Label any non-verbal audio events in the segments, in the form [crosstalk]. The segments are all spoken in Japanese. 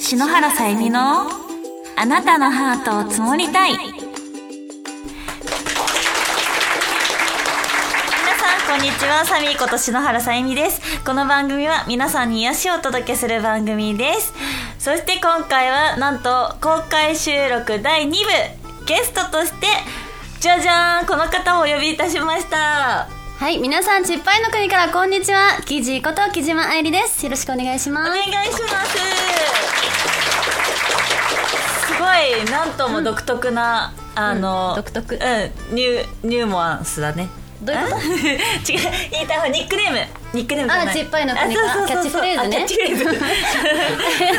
篠原さゆみのあなたのハートを積もりたい皆さんこんにちはサミーこと篠原さゆみですこの番組は皆さんに癒しをお届けする番組ですそして今回はなんと公開収録第2部ゲストとしてじゃじゃーんこの方をお呼びいたしましたはい、皆さん、ちっぱいの国からこんにちは。キジこと木島愛理です。よろしくお願いしおま願すい。しますすごいなんとも独特な、あの、うん独特うんニューニューモアンスだねどういうことあ [laughs] 違う言いたい方ニックネームニックネームじゃないあちっぱいの国からあそうそうそうそうキャッチフレーズあキャッチフレー [laughs] ねズ出て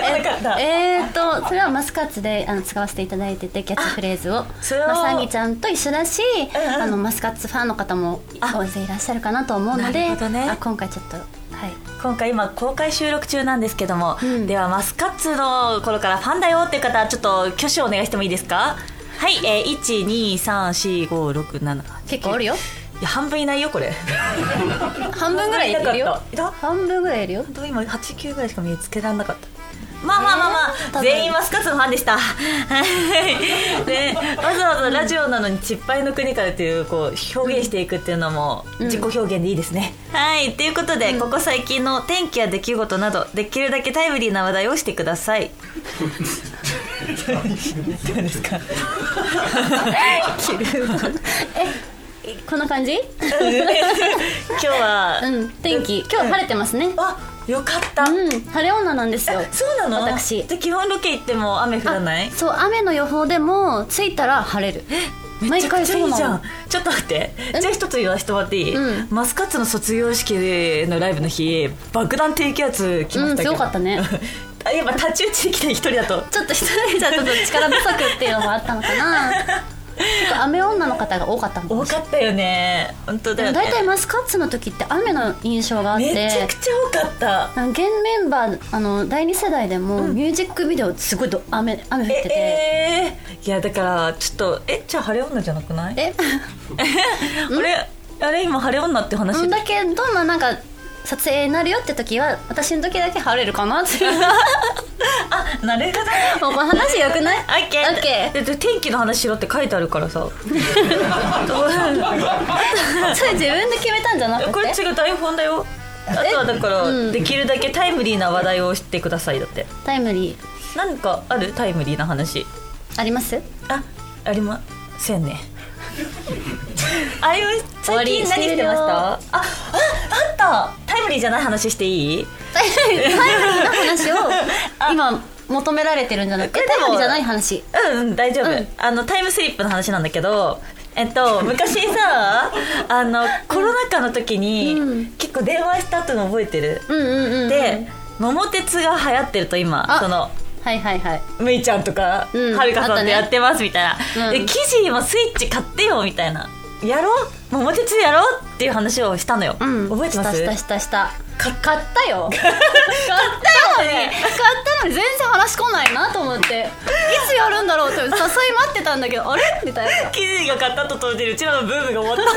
こなかった [laughs] えーと、それはマスカッツであの使わせていただいてて、キャッチフレーズを。それをまさみちゃんと一緒だし、んうんあの、マスカッツファンの方もあ大勢いらっしゃるかなと思うのなで、るほどねあ今回ちょっと、はい。今回今公開収録中なんですけども、うんではマスカッツの頃からファンだよっていう方ちょっと挙手をお願いしてもいいですかはい、えー、1234567結構おるよ。いや半分いないよこれ半分ぐらいいるよ。いた半分ぐらいいるよ。本当今八九ぐらいしか見つけられなかった。まあまあまあまあ、えー全員マスカッツのファンでした。 [laughs] はいで、わざわざラジオなのにちっぱいの国からというこう表現していくっていうのもうん自己表現でいいですね。はい、ということで、ここ最近の天気や出来事などできるだけタイムリーな話題をしてください。 [laughs] どうです [laughs] か。え、こんな感じ今日は、うん、天気。今日晴れてますね。あ、よかった。うん、晴れ女なん [laughs] ですよ。そうなの。私で基本ロケ行っても雨降らないあ。そう雨の予報でも着いたら晴れるめちゃくちゃいいじゃのんちょっと待ってじゃあ一つ言わせてもらっていい、うんマスカッツの卒業式のライブの日爆弾低気圧来ましたけど、うんすごかったね [laughs] あやっぱ太刀打ちできない一人だとちょっと一人じゃちょっと力不足っていうのもあったのかな結構雨女の方が多かったもん多かったよね本当だよ大ね体マスカッツの時って雨の印象があってめちゃくちゃ多かったあの現メンバーあの第二世代でもミュージックビデオすごいど雨雨降っててええーいやだからちょっとえじゃあ晴れ女じゃなくないえ [laughs] あれあれ今晴れ女って話、だけどまあなんか撮影になるよって時は私の時だけ晴れるかなっていうもうあなるほどねこの話よくな [laughs] いオッケーオッケーーで天気の話しろって書いてあるからさ [laughs] それ自分で決めたんじゃなくてこれ違う台本だよあとはだから、うんできるだけタイムリーな話題を知ってくださいだってタイムリー何かあるタイムリーな話ありますあありませんねあれ終最わり近何してましたあああったタイムリーじゃない話していいタイムリーな話を今求められてるんじゃないええでもタイムリーじゃない話うんうん大丈夫、うんあのタイムスリップの話なんだけどえっ [laughs] と昔さあのコロナ禍の時に、うん結構電話した後の覚えてる、うんうんうんうんで桃鉄が流行ってると今あそのはいはいはいむいちゃんとか、うんはるかさんであったねやってますみたいな、うんで記事もスイッチ買ってよみたいなやろう桃鉄やろうっていう話をしたのよ、うん覚えてますしたしたしたしたか買ったよ [laughs] 買ったよね買ったのに全然話来ないなと思っていつやるんだろうって誘い待ってたんだけどあれみたいな記事が買ったと同時にうちらのブームが終わ [laughs] った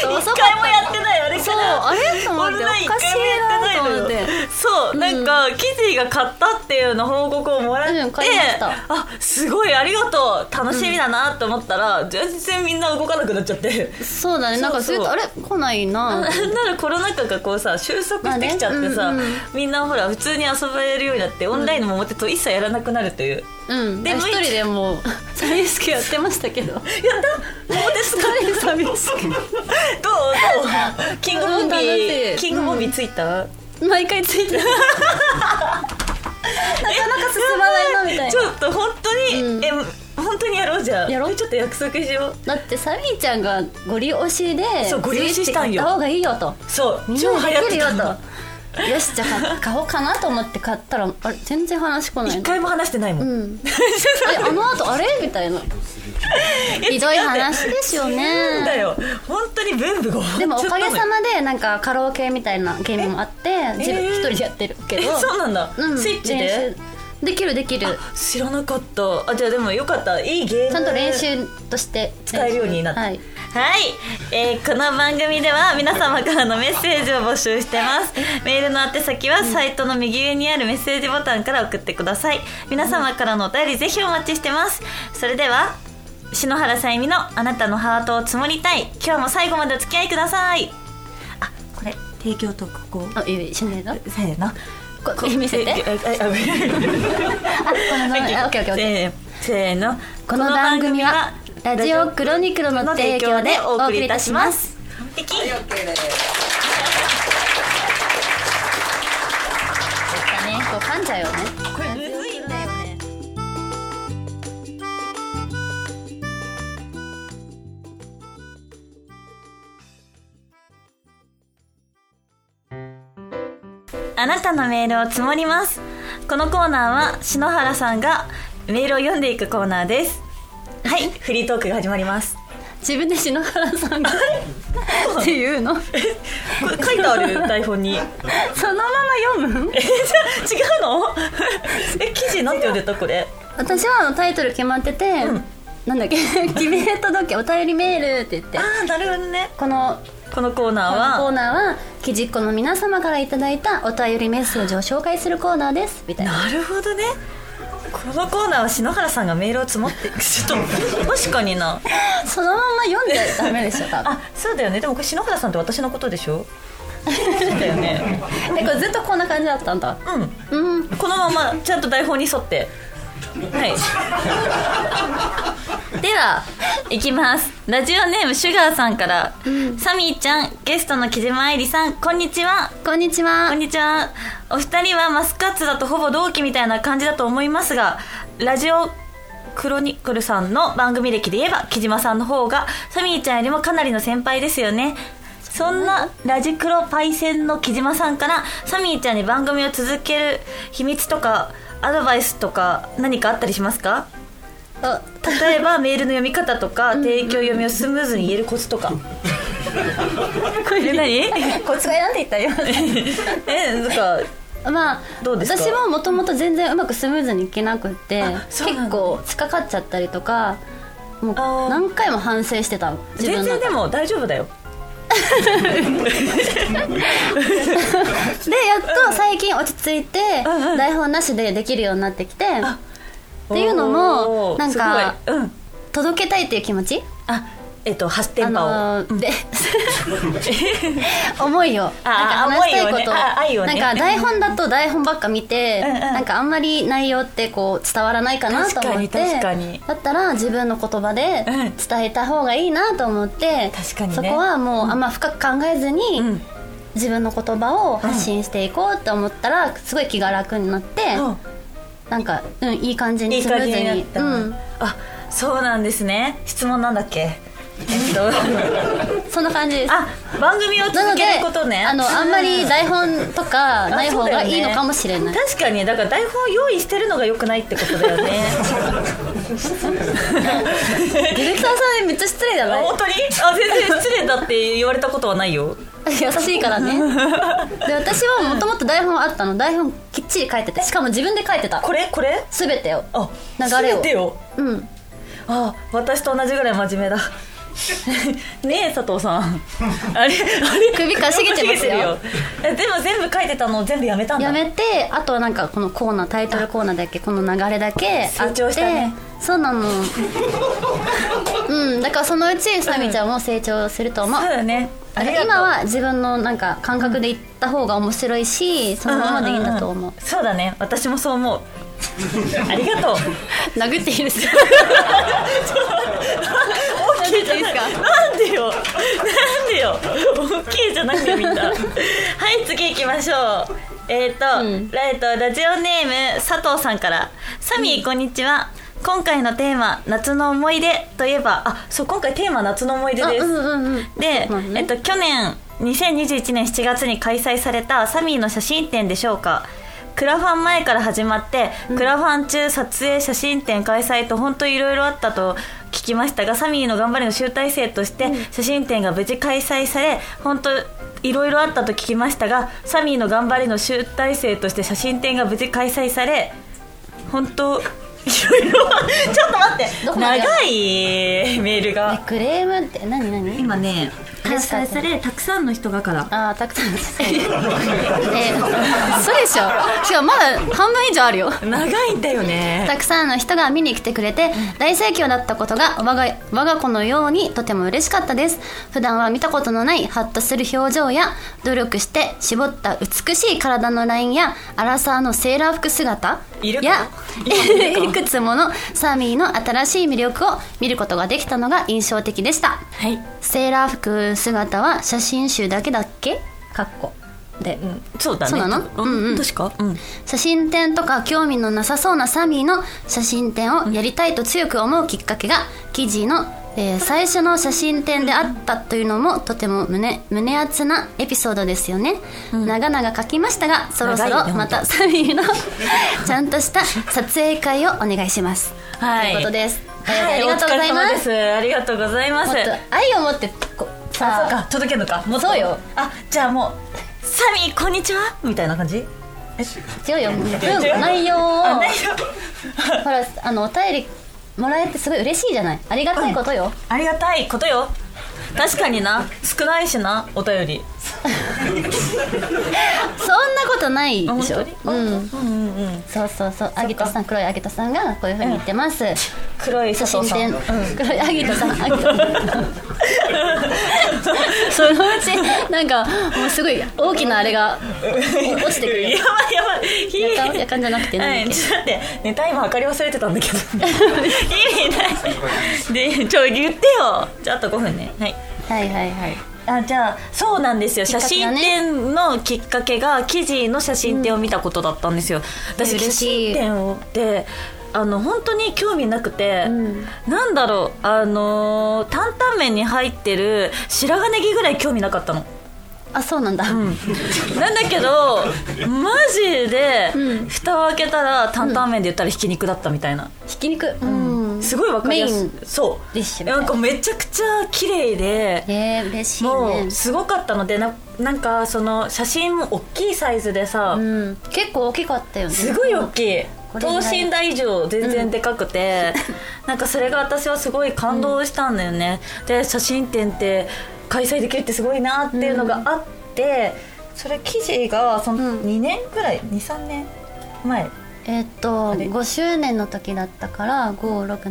ちょっと遅一か回もっやってないあれたかそうらあれと思オっンてラインお一かし回もいやなと思っってないてのよそう、なんかキティが買ったっていうの報告をもらって、うん買いましたあすごいありがとう楽しみだなと思ったら、全然みんな動かなくなっちゃってそうだねなんかずっそうとそうあれ来ないな [laughs] なんならコロナ禍がこうさ収束してきちゃってまさ、あねうんうんみんなほら普通に遊べるようになってオンラインの桃鉄と一切やらなくなるという、うんでで一人でもう寂しくやってましたけどやった桃鉄と一人寂しい [laughs] どうどうキングボンビー、うん楽しいキングボンビーついた、毎回ついてるなかなか進まないなみたいちなょっと本当に、うんえ本当にやろうじゃんやろうえちょっと約束しようだってサミーちゃんがゴリ押しでそうゴリ押ししたんよスイッチ買った方がいいよとそうみん超な流で行っきてるよたのとよしじゃあ [laughs] 買買おうかなと思って買ったらあれ全然話来な一い回も話してないもん、 [laughs] うんえあの後あれみたいなひどい話ですよなんだねよ本当に文武がで終わもっおちゃったかのよげさまでなんかカラオケみたいなゲームもあって自分えー一人でやってるけえどそうなんだ、うんスイッチで練習できるできる知らなかったあじゃあでもよかったいいゲームちゃんと練習として使えるようになったはい、はい、えーこの番組では皆様からのメッセージを募集してますメールの宛先はサイトの右上にあるメッセージボタンから送ってください皆様からのお便りぜひお待ちしてますそれでは篠原さゆみの「あなたのハートを積もりたい」今日も最後までお付き合いくださいあこれ提供とここあいいよしないのこせーのこ見せてええええあこの番組あオッケーオッケーオッケーせーのこの番組はラジオクロニクルの提供でお送りいたします完璧はい OK ですねこう噛んじゃうよねこれむずいんだよねあなたのメールを積もりますこのコーナーは篠原さんがメールを読んでいくコーナーですはいフリートークが始まります自分で篠原さんがっていう [laughs] のこれ書いてある台本に [laughs] えそのまま読むじゃあ違うの [laughs] え記事なんて読んでたこれ私はあのタイトル決まってて、なんだっけ [laughs] 決め届けお便りメールって言ってああなるほどねこのこのコーナーはコーナーはきじっこの皆様からいただいたお便りメッセージを紹介するコーナーですみたいななるほどねこのコーナーは篠原さんがメールを積もってちょっと確かになそのまま読んじゃダメでしょ多分あそうだよねでもこれ篠原さんって私のことでし [laughs] ょそうだよねえこれずっとこんな感じだったんだうんうんこのままちゃんと台本に沿ってはいではいきますラジオネームシュガーさんから、サミーちゃんゲストの木島愛理さんこんにちはこんにちはこんにちは。お二人はマスカッツだとほぼ同期みたいな感じだと思いますが、ラジオクロニクルさんの番組歴で言えば、木島さんの方が、サミーちゃんよりもかなりの先輩ですよね。そんなラジクロパイセンの木島さんから、サミーちゃんに番組を続ける秘密とか、アドバイスとか何かあったりしますかあ例えばメールの読み方とか提供読みをスムーズに言えるコツとかこれ何 [laughs] こっちが選んでいったよえなんかまあどうですか私はもともと全然うまくスムーズにいけなくってあそうなんだ結構つかかっちゃったりとかもうあー何回も反省してたの自分全然の中でも大丈夫だよでやっと最近落ち着いて、うんうん台本なしでできるようになってきてっていうのもおーなんかすごいうん届けたいっていう気持ちあえっと発展場を、あのーで思いをなんか話したいこ思いをねとあ愛をねなんか台本だと台本ばっか見て、うんうんなんかあんまり内容ってこう伝わらないかなと思って確かに確かにだったら自分の言葉でうん伝えた方がいいなと思って、確かにねそこはもうあんま深く考えずに、うん自分の言葉を発信していこうと思ったらすごい気が楽になって、 [laughs] なんか、うん、いい感じうん、いいにスムー感ズじにになった、うん、あそうなんですね質問なんだっけえっとそんな感じですあ番組をな続のでけることねあのあんまりう台本とかあない方がいいのかもしれそなういだよね確かにだから台本を用意してるのが良くないってことだよ [laughs] ねディレクターさんめっちゃ失礼じゃない本当にあ全然失礼だって言われたことはないよ優しいからねで私はもともと台本あったの台本きっちり書いててしかも自分で書いてたこれこれ全てをあ流れを全てようんあ私と同じぐらい真面目だ [laughs] ねえ佐藤さんあれあれ首かしげてま首かしすよげてるよえでも全部書いてたのを全部やめたんだやめてあとはなんかこのコーナータイトルコーナーだけこの流れだけあ成って長したねそうなのうんだからそのうちさみちゃんも成長すると思うそうだねありがとう今は自分のなんか感覚で行った方が面白いし、そのままでいいんだと思う,、んんんそうだね私もそう思うありがとう殴っていいですか大きいじゃないいいですかなんでよなんでよ大きいじゃなくてみんなはい次行きましょうえっ、と、うんラえっとラジオネーム佐藤さんからサミーこんにちは、今回のテーマ「夏の思い出」といえばあそう今回テーマ「夏の思い出」あです、うんうんうんで、そうなのねえっと、去年2021年7月に開催されたサミーの写真展でしょうかクラファン前から始まって、クラファン中撮影写真展開催と本当いろいろあったと聞きましたがサミーの頑張りの集大成として写真展が無事開催され本当いろいろあったと聞きましたがサミーの頑張りの集大成として写真展が無事開催され本当いろ [laughs] いろちょっと待ってどこまで長いメールがクレームって何何今ね開催されたくさんの人がからああたくさんえ [laughs] ー、そうでしょしかもまだ半分以上あるよ長いんだよねたくさんの人が見に来てくれて大盛況だったことが我が我が子のようにとても嬉しかったです普段は見たことのないハッとする表情や努力して絞った美しい体のラインやアラサーのセーラー服姿いるかや今いるか [laughs] いくつものサミーの新しい魅力を見ることができたのが印象的でしはたいセーラー服姿は写真集だけだっけかっこで、うんそうだねそうなのううんうんん確かうん写真展とか興味のなさそうなサミーの写真展をやりたいと強く思うきっかけが記事の、えー最初の写真展であったというのもとても胸胸熱なエピソードですよね、長々書きましたがそろそ長いろねまたサミーの [laughs] ちゃんとした撮影会をお願いします、はいということです、えーはありがとうござお疲れいま様ですすありがとうございますもっと愛を持ってこうあさそうか届けるのかもっとそうよあじゃあもうサミーこんにちはみたいな感じ違うよ文違う内容をあないよほらあのお便りもらえてすごい嬉しいじゃないありがたいことよ、ありがたいことよ確かにな少ないしなお便りそんなことないでしょあ本。当うにん、うんうんうんそうそうそう、アギトさん、黒いアギトさんがこういう風に言ってます。黒い写佐真藤さん展、黒いアギトさん、アギトさん。そのうち、なんか、もうすごい大きなあれがお落ちてくる [laughs] やよ。ばいやばいひやかんやかんじゃなくてなんだっけはい、ちょっと待ってねタイム測り忘れてたんだけ [laughs] ど意味ないでちょ言ってよじゃああと5分ねはいはいはいはい。あじゃあそうなんですよ、き写っかけが真ね展のきっかけが記事の写真展を見たことだったんですよ、私嬉写し真い展をであの本当に興味なくて、うんなんだろうあのー担々麺に入ってる白髪ネギぐらい興味なかったのあ、そうなんだ。 [laughs] なんだけどマジで、うん蓋を開けたら担々麺で言ったらひき肉だったみたいな、ひき肉。うん。すごいわかりやすメイいンそうディッシュみたいななんかめちゃくちゃ綺麗でえー、嬉しいもねう。すごかったのでななんかその写真も大きいサイズでさ、うん、結構大きかったよね。すごい大きいこれぐ等らい身大以上全然でかくて、 [laughs] なんかそれが私はすごい感動したんだよね、で写真展って開催できるってすごいなっていうのがあって、それ記事がそのうん2年ぐらい23年前えーっとあれ5周年の時だったから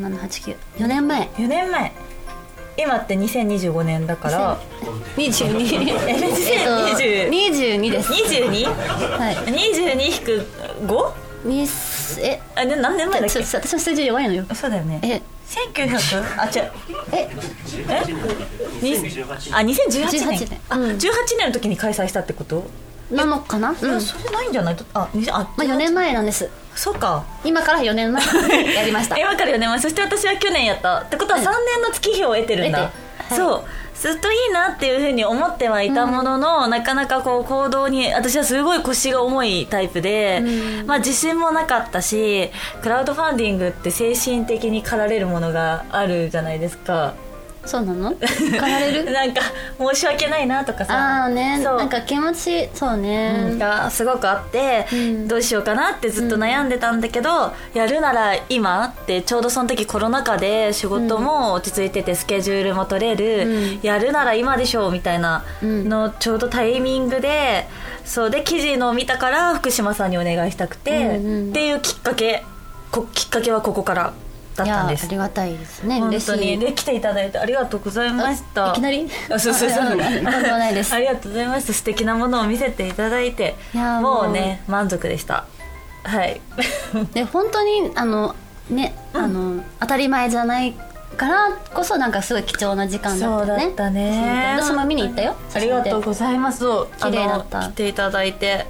56789年前4年前今って2025年だから [laughs] 22え2020 22です 22?22 はい引く 5? ミスえあで何年前だっちょけちょ私の数字弱いのよそうだよねえ 1900? あ違うええにあ2018 18年年あうん18年の時に開催したってこと、なのかなうんいまやそれないんじゃないとあにああ4年前なんですそうか今から4 [laughs] 年前やりました今から4年前そして私は去年やったってことはう3ん年の月日を得てるんだ、得てはいそうずっといいなっていうふうに思ってはいたものの、なかなかこう行動に私はすごい腰が重いタイプで、うんまあ、自信もなかったしクラウドファンディングって精神的に駆られるものがあるじゃないですかそう [laughs] なの駆られるなんか申し訳ないなとかさああねそうなんか気持ちそうねがすごくあって、うんどうしようかなってずっと悩んでたんだけど、やるなら今ってちょうどその時コロナ禍で仕事も落ち着いててスケジュールも取れる、うんやるなら今でしょうみたいなうんのちょうどタイミングでそうで記事のを見たから福島さんにお願いしたくて、うんうんっていうきっかけこきっかけはここからだっいやたんあですりがたいですね本嬉当しにいで来ていただいてありがとうございましたあいきなりあそうそうそうあいやとんでもないですありがとうございました素敵なものを見せていただいていやーもうね満足でしたはいで本当にあのね、うんあの当たり前じゃないからこそなんかすごい貴重な時間だそうっただねったね私も見に行ったよありがとうございますそう綺麗だったあの来ていただいて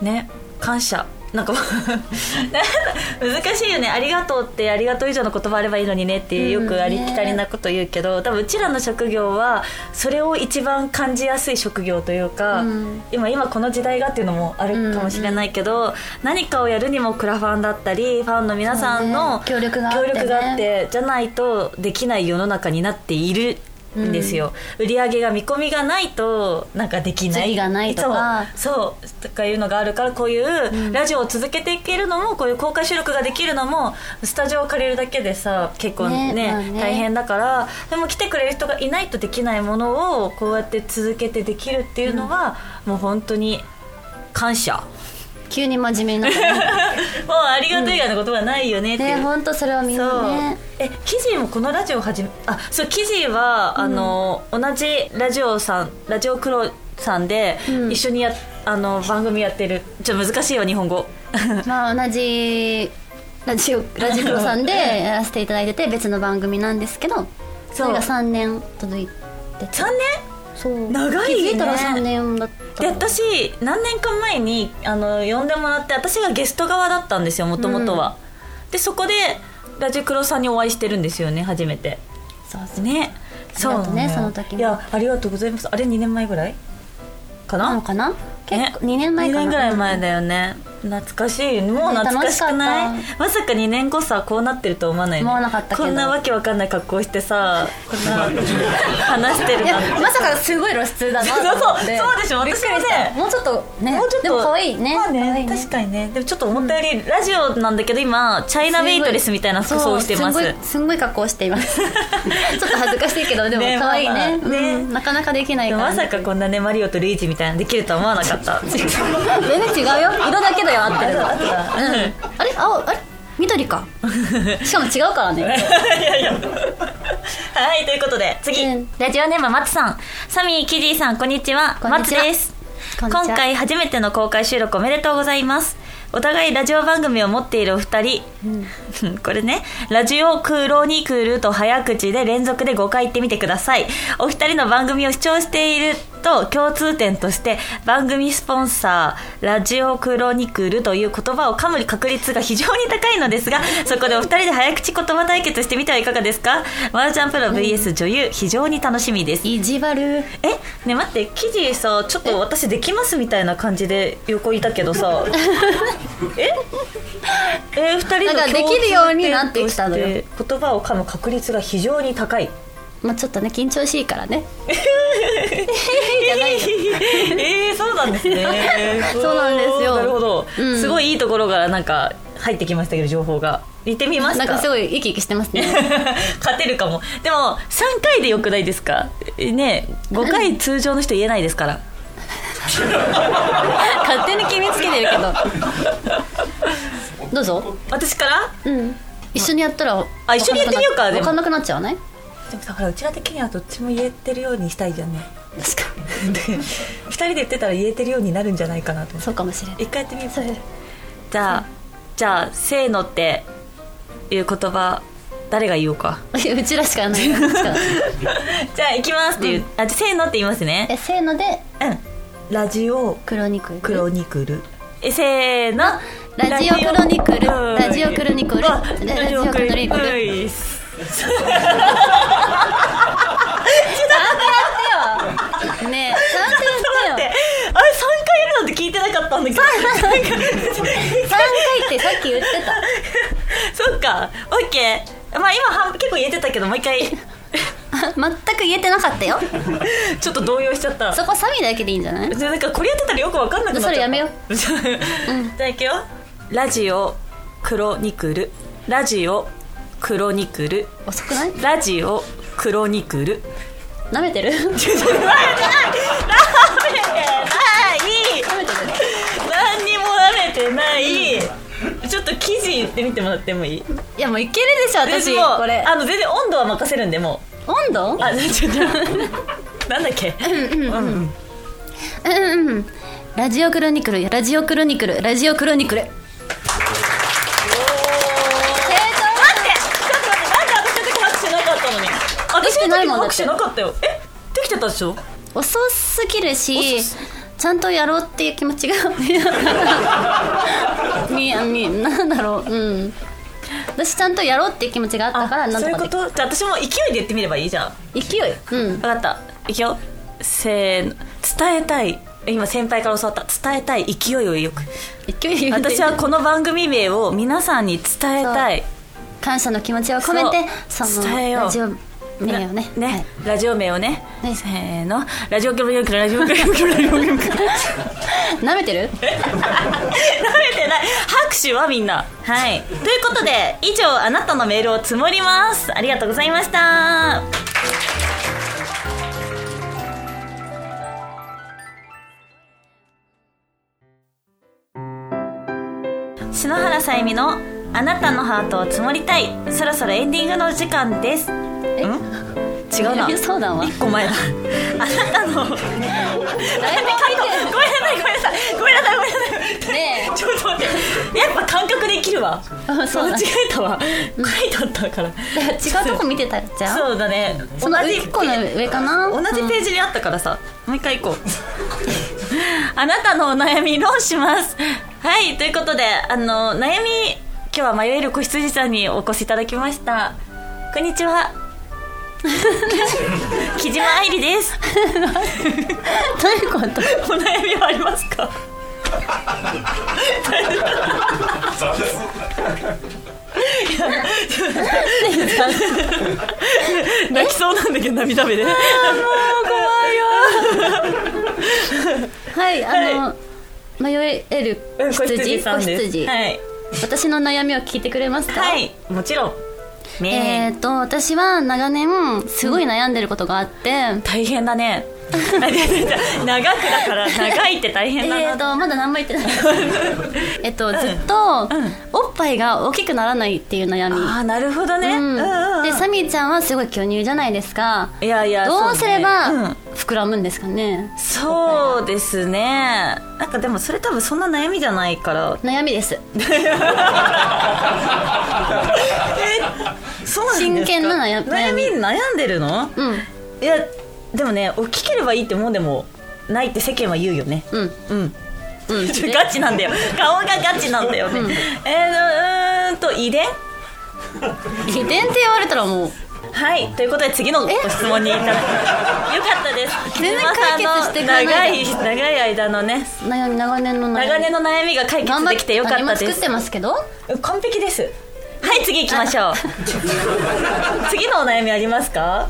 ね感謝なんか [laughs] 難しいよね「ありがとう」って「ありがとう」以上の言葉あればいいのにねってようんくありきたりなこと言うけど、多分うちらの職業はそれを一番感じやすい職業というか、うん今今この時代がっていうのもあるかもしれないけど、何かをやるにもクラファンだったりファンの皆さんのそうね協力があってね協力があってじゃないとできない世の中になっているんですよ、売り上げが見込みがないとなんかできない次がないとかいつもそうとかいうのがあるからこういうラジオを続けていけるのもこういう公開収録ができるのもスタジオを借りるだけでさ結構ねねまあね大変だからでも来てくれる人がいないとできないものをこうやって続けてできるっていうのは、もう本当に感 [laughs] 謝急に真面目になったねもうありがとう以外のことはないよね [laughs] っていう、ね本当それはみんそうなねえ記事もこのラジオ始めあそう記事は、あの同じラジオさんラジオクロさんで、うん一緒にやあの番組やってるちょっと難しいよ日本語 [laughs] まあ同じラジオラジオさんでやらせていただいてて別の番組なんですけどそれが3年続いてて3そう長いね気づいたら3年だっ年たで私何年か前にあの呼んでもらって私がゲスト側だったんですよもともとは、でそこでラジオクロさんにお会いしてるんですよね初めてそうそうねありがとうなねのよその時もいやありがとうございますあれ2年前ぐらいかななのかなね結構2年前かな二ぐらい前だよね懐かしいもう懐かしくない、ね楽しまさか2年後さこうなってるとは思わないね思わなかったけどこんなわけわかんない格好して [laughs] さこんな話してるいやなんてまさかすごい露出だなそうとそう思ってそうでしょびっくりした私もねもうちょっとねもうちょっとでも可愛いね,、まあ可愛いね確かにねでもちょっと思ったより、ラジオなんだけど今チャイナウェイトレスみたいな服装をしてますそうすんごいすんごい格好をしていま [laughs] すちょっと恥ずかしいけどでもね可愛いね,、まあまあねうんなかなかできないでかもら、まね、さかこんなねマリオとルイージみたいなのできるとは思わなかった [laughs] 全然違うよ色だけだよ合ってるのあ [laughs] そうだうん、あれ青あれ [laughs] 緑かしかも違うからいねやいやはいということで次、うんラジオネーム松さんサミーキジーさんこんにちはこんにちは松ですこん今にちは回初めての公開収録おめでとうございますお互いラジオ番組を持っているお二人、 [laughs] これねラジオクロニクルと早口で連続で5回言ってみてくださいお二人の番組を視聴していると共通点として番組スポンサーラジオクロニクルという言葉を噛む確率が非常に高いのですがそこでお二人で早口言葉対決してみてはいかがですかマージャンプロ VS 女優非常に楽しみです意地悪えねえ待って記事さちょっと私できますみたいな感じで横いたけど [laughs] さええ二人のなんかできるようになってきたのよ共通点として言葉を噛む確率が非常に高 [laughs] いまあちょっとね緊張しいからねじゃないよえー、 [laughs] そうなんですねそうなんですよなるほど、うんすごいいいところからなんか入ってきましたけど情報が行ってみますなかんかすごい生き生きしてますね [laughs] 勝てるかもでも3回でよくないですかえねえ5回通常の人言えないですから勝手に決めつけてるけど [laughs] どうぞ私からうん一緒にやったらあ一緒にやってみようかでも分かんなくなっちゃわないでもさほらうちら的にはどっちも言えてるようにしたいじゃんね [laughs] 確か [laughs] にで2人で言ってたら言えてるようになるんじゃないかなと思ってそうかもしれない一回やってみようそうじゃあじゃあ「せーの」っていう言葉誰が言おうかうちらしかない [laughs] ようちらじゃあ「行きます」っていう、あじゃあせーの」って言いますねえせーのでうんラジオ黒肉クロニクルえせーのラジオクロニクルラジオクロニクルわラジオクロニクルういっすねえちゃんとであ [laughs] やれっ3回やるなんて聞いてなかったんだけど [laughs] てよ3回ってさっき言ってそっか、オッケー。まあ今は結構言えてたけど、もう一回 [laughs] た [laughs] 全く言えてなかったよちょっと動揺しちゃった。そこサミだけでいいんじゃないでなんかこれやってたらよくわかんなくなっちゃった。それやめよう。じゃあ行くよ。ラジオクロニクル、ラジオクロニクル、遅くないラジオクロニクル。舐めてる [laughs] 舐めてちょっと待ってない。ない。る何にも慣れてない。ちょっと記事言ってみてもらってもいい？いやもういけるでしょ私でもこれあの全然温度は任せるんでもう。温度あ、ちょっと、なんだっけ。うんうんうんラジオクロニクルラジオクロニクルラジオクロニクル成待って、ちょっと待って、なんで私の時拍手なかったのに。でき私てのない時もんだって拍手なかったよ。え、できてたでしょ。長遅すぎるし遅すちゃんとやろうっていう気持 [laughs] ちがみやみなんだろううん私ちゃんとやろうっていう気持ちがあったからなそんうというかこできと、じゃあ、私も勢いで言ってみればいいじゃん。勢いうんわかった。いくよ。せーの、伝えたい。今先輩から教わった伝えたい勢いをよく勢い [laughs] で私はこの番組名を皆さんに伝えたい感謝の気持ちを込めてそそうの伝えようラジオ名をねなはいラジオ名をね、はいせーのラジオ局のラジオ局ラジオ局ラジオ局舐めて舐めてるない拍手はみんなはいということで以上あなたのメールを積もりますありがとうございました篠原さゆみのあなたのハートを積もりたいそろそろエンディングのお時間ですえ違うな [laughs] 恋愛 [laughs] 相談は一個前だあなたのだいぶ空いてるごめんなさいごめんなさいごめんなさいごめんなさいねちょっと待ってやっぱ感覚できるわあそうだ間違えたわ書いてあったからえ [laughs] 違うとこ見てたじゃんそうだねその1個の上かな同 [laughs] じページにあったからさ、もう一回行こうあなたのお悩み論しますはいということであの悩み今日は迷える子羊さんにお越しいただきましたこんにち [laughs] は木島愛理ですどういうことお悩みはありますか泣きそうなんだけど涙目でもうはいあの迷える怖いよ羊さんです羊はい、私の悩みを聞いてくれますかはい、もちろんねええっと私は長年すごい悩んでることがあって大変だね [laughs] あ違う違う違う長くだ [laughs] から長いって大変だなえっとまだ何も [laughs] 言ってないえっとずっとおっぱいが大きくならないっていう悩みああなるほどね、ううんんうんうんでサミーちゃんはすごい巨乳じゃないですかいやいやどうすれそうねうばん膨らむんですかねそうですねなんかでもそれ多分そんな悩みじゃないから悩みですそうなんですか真剣な悩悩み悩んでるの、うんいやでもね大きければいいってもんでもないって世間は言うよねうんうん [laughs] うんガチなんだよ顔がガチなんだよね、えー、うーんと遺伝遺伝って言われたらもうはいということで次のご質問にいた [laughs] だきよかったです全然解決してくれない長い長い間のね悩み長年の悩み長年の悩みが解決頑張でっきてよかった何でも作っすてますけど完璧ですはい次行きまし [laughs] ょう次のお悩みありますか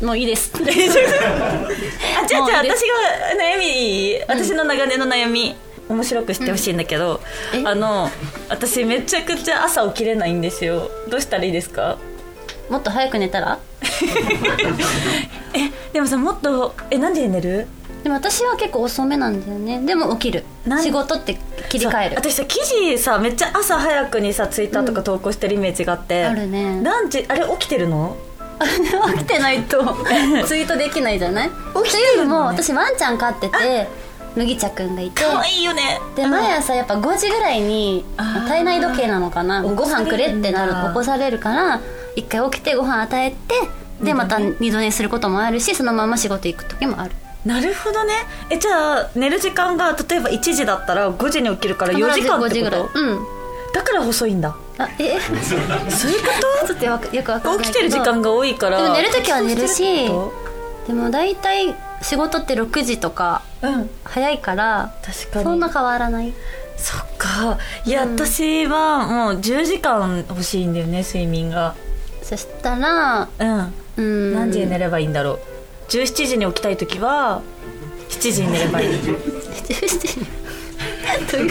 もういい [laughs] です大丈夫あじゃあじゃあもうで私が悩みいい私の長年の悩み、面白くしてほしいんだけど、うんえあの私めちゃくちゃ朝起きれないんですよどうしたらいいですかもっと早く寝たらえでもさもっとえ何時に寝るでも私は結構遅めなんだよねでも起きるなん仕事って切り替えるそう私さ記事さめっちゃ朝早くにさツイッターとか投稿してるイメージがあって、あるね何時あれ起きてるの [laughs] 起きてないとツイートできないじゃない起きとていうよるりものね私ワンちゃん飼ってて麦茶くんがいて可愛いよねでうん毎朝やっぱ5時ぐらいにあー体内時計なのかな起ごこされるんだ飯くれってなる起こされるから一回起きてご飯与えてでまた二度寝することもあるしそのまま仕事行く時もあるなるほどねえじゃあ寝る時間が例えば1時だったら5時に起きるから4時間っ必ずてこ5ぐらいとうんだから細いんだあ [laughs] えそういうこちょっとよくよくわかんとないけ起どきてる時間が多いからでも寝る時は寝るしそうでも大体仕事って6時とかしてるってことうん早いから確かにそんな変わらないそっかいや、私はもう10時間欲しいんだよね睡眠がそしたらうんうん何 [laughs] 時に寝ればいいんだろう17時に起きたい時は7時に寝ればいいってこ17時とど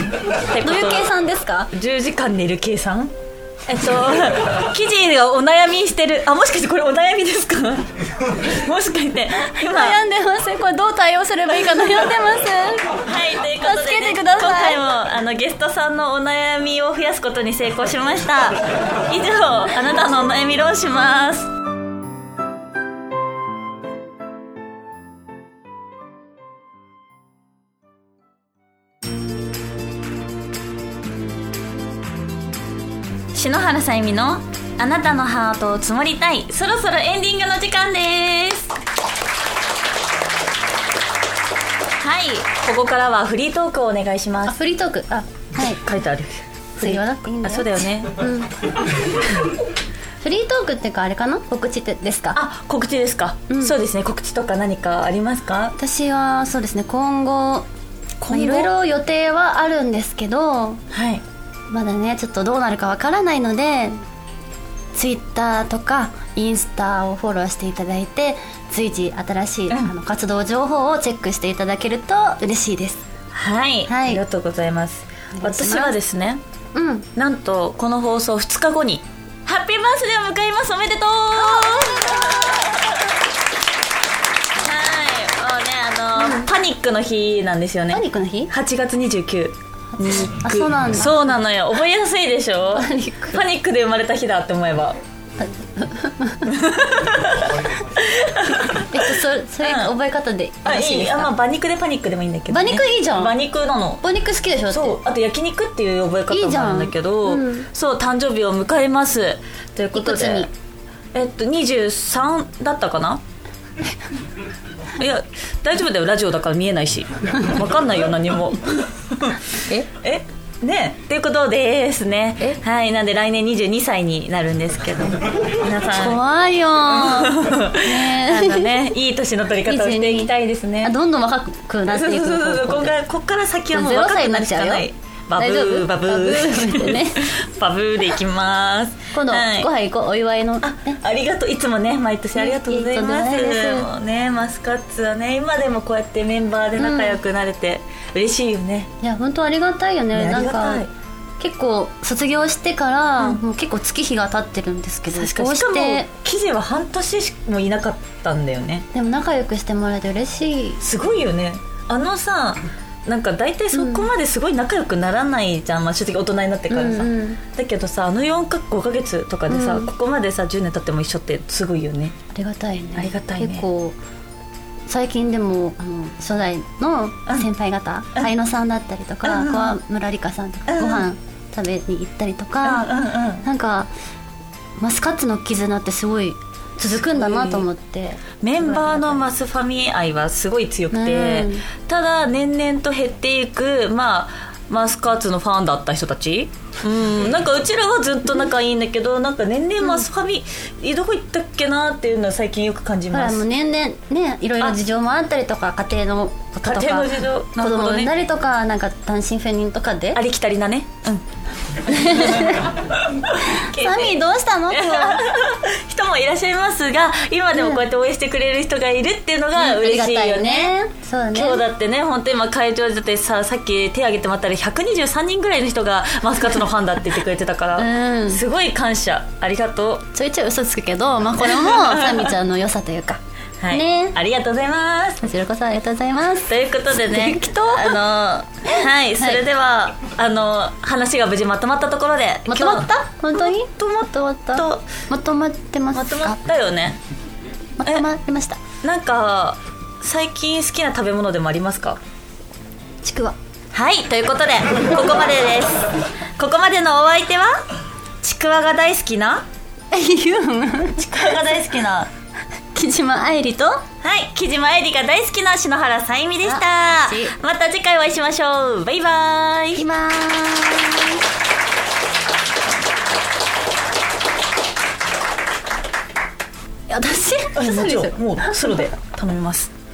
ういう計算ですか10時間寝る計算えっと [laughs] 記事がお悩みしてるあもしかしてこれお悩みですか [laughs] もしかして今悩んでませんこれどう対応すればいいか悩んでまはい、ということで、ね、助けてください今回もあのゲストさんのお悩みを増やすことに成功しました以上あなたのお悩み論します篠原さゆみのあなたのハートを積もりたいそろそろエンディングの時間ですはいここからはフリートークをお願いしますすフリートークあはい書いてある次言わなくていいんだあよそうだよねうんフリートークっていうかあれかな告知ってですかあ告知ですか、うんそうですね告知とか何かありますか私はそうですね今後まあいろいろ予定はあるんですけどはいまだねちょっとどうなるかわからないのでツイッターとかインスタをフォローしていただいて随時新しい、あの活動情報をチェックしていただけると嬉しいですはい、はいありがとうございますお願いします私はですねうんなんとこの放送2日後にハッピーバースデーを迎えますおめでとうはいもうねあの、パニックの日なんですよねパニックの日8月29あそうなんだそうなのよ覚えやすいでしょパニックパニックで生まれた日だって思えばえっとそれそれうん覚え方でよあろしいいでいすかあ、まあ、馬肉でパニックでもいいんだけど、ね、馬肉いいじゃん馬肉なのお肉好きでしょそうあと焼肉っていう覚え方もあるんだけどいいじゃんうんそう誕生日を迎えますということいくつにでえっと23だったか [laughs] ないや大丈夫だよラジオだから見えないし分かんないよ何 [laughs] もええねえっていうことですえねはいなんで来年22歳になるんですけ [laughs] ど皆さん怖いよーあ [laughs] のねねいい年の取り方をしていきたいですえ [laughs] ねあどんどん若くなってそういそくうそうそうここ方向からでここから先はもうゼロ若歳くなになるっしちゃかうよないバブ大丈夫ーバブバブーーってね [laughs] バブーでいきます今度はいご飯行こうお祝いのあねありがとういつもね毎年ありがとうございますいいとんでもないですもうねマスカッツはね今でもこうやってメンバーで仲良くなれて嬉しいよね、いや本当ありがたいよねねなんあかりがたい結構卒業してから、うんもう結構月日が経ってるんですけど確かこにうしかもして記事は半年しもいなかったんだよねでも仲良くしてもらえて嬉しいすごいよねあのさなんか大体そこまですごい仲良くならないじゃん、まあ正直大人になってからさ、うんうんだけどさあの4か5か月とかでさ、うんここまでさ10年経っても一緒ってすごいよねありがたいねありがたいね結構最近でもあの初代の先輩方うん灰野さんだったりとかうん小川村里香さんとうかんご飯食べに行ったりとうんうんかうんなんかマスカッツの絆ってすごい続くんだなと思ってメンバーのマスファミ愛はすごい強くて、うんただ年々と減っていくまあマスカーツのファンだった人たちうんなんかうちらはずっと仲いいんだけどなんか年々マスファミ、どこ行ったっけなっていうのは最近よく感じほまらすもう年々ねいろいろ事情もあったりとか家庭のことと家か庭の事情子供を産んだねりとかなんか単身赴任とかでありきたりなね [laughs] うん「サミーどうしたの?」今 [laughs] 日人もいらっしゃいますが今でもこうやって応援してくれる人がいるっていうのが嬉しいよありがたねそうだね今日だってね本当今会場だってささっき手挙げてもらったら123人ぐらいの人がマスカットのファンだって言ってくれてたから、うんすごい感謝ありがとうちょいちょい嘘つくけど、まあ、これもサミちゃんの良さというか、はい、ねありがとうございますこちらこそありがとうございますということでね適あのはいそれでは、あの話が無事まとまったところでまとまった本当にとまっまとまったとまとまってま今日すまとまかったよねまとまってましたなんか最近好きな食べ物でもありますかちくわはいということでここまでですここまでのお相手はちくわが大好きな [laughs] ちくわが大好きな木島愛理とはい木島愛理が大好きな篠原さゆみでしたあ嬉しいまた次回お会いしましょうバイバイいきまーすいや私もうソロで頼みます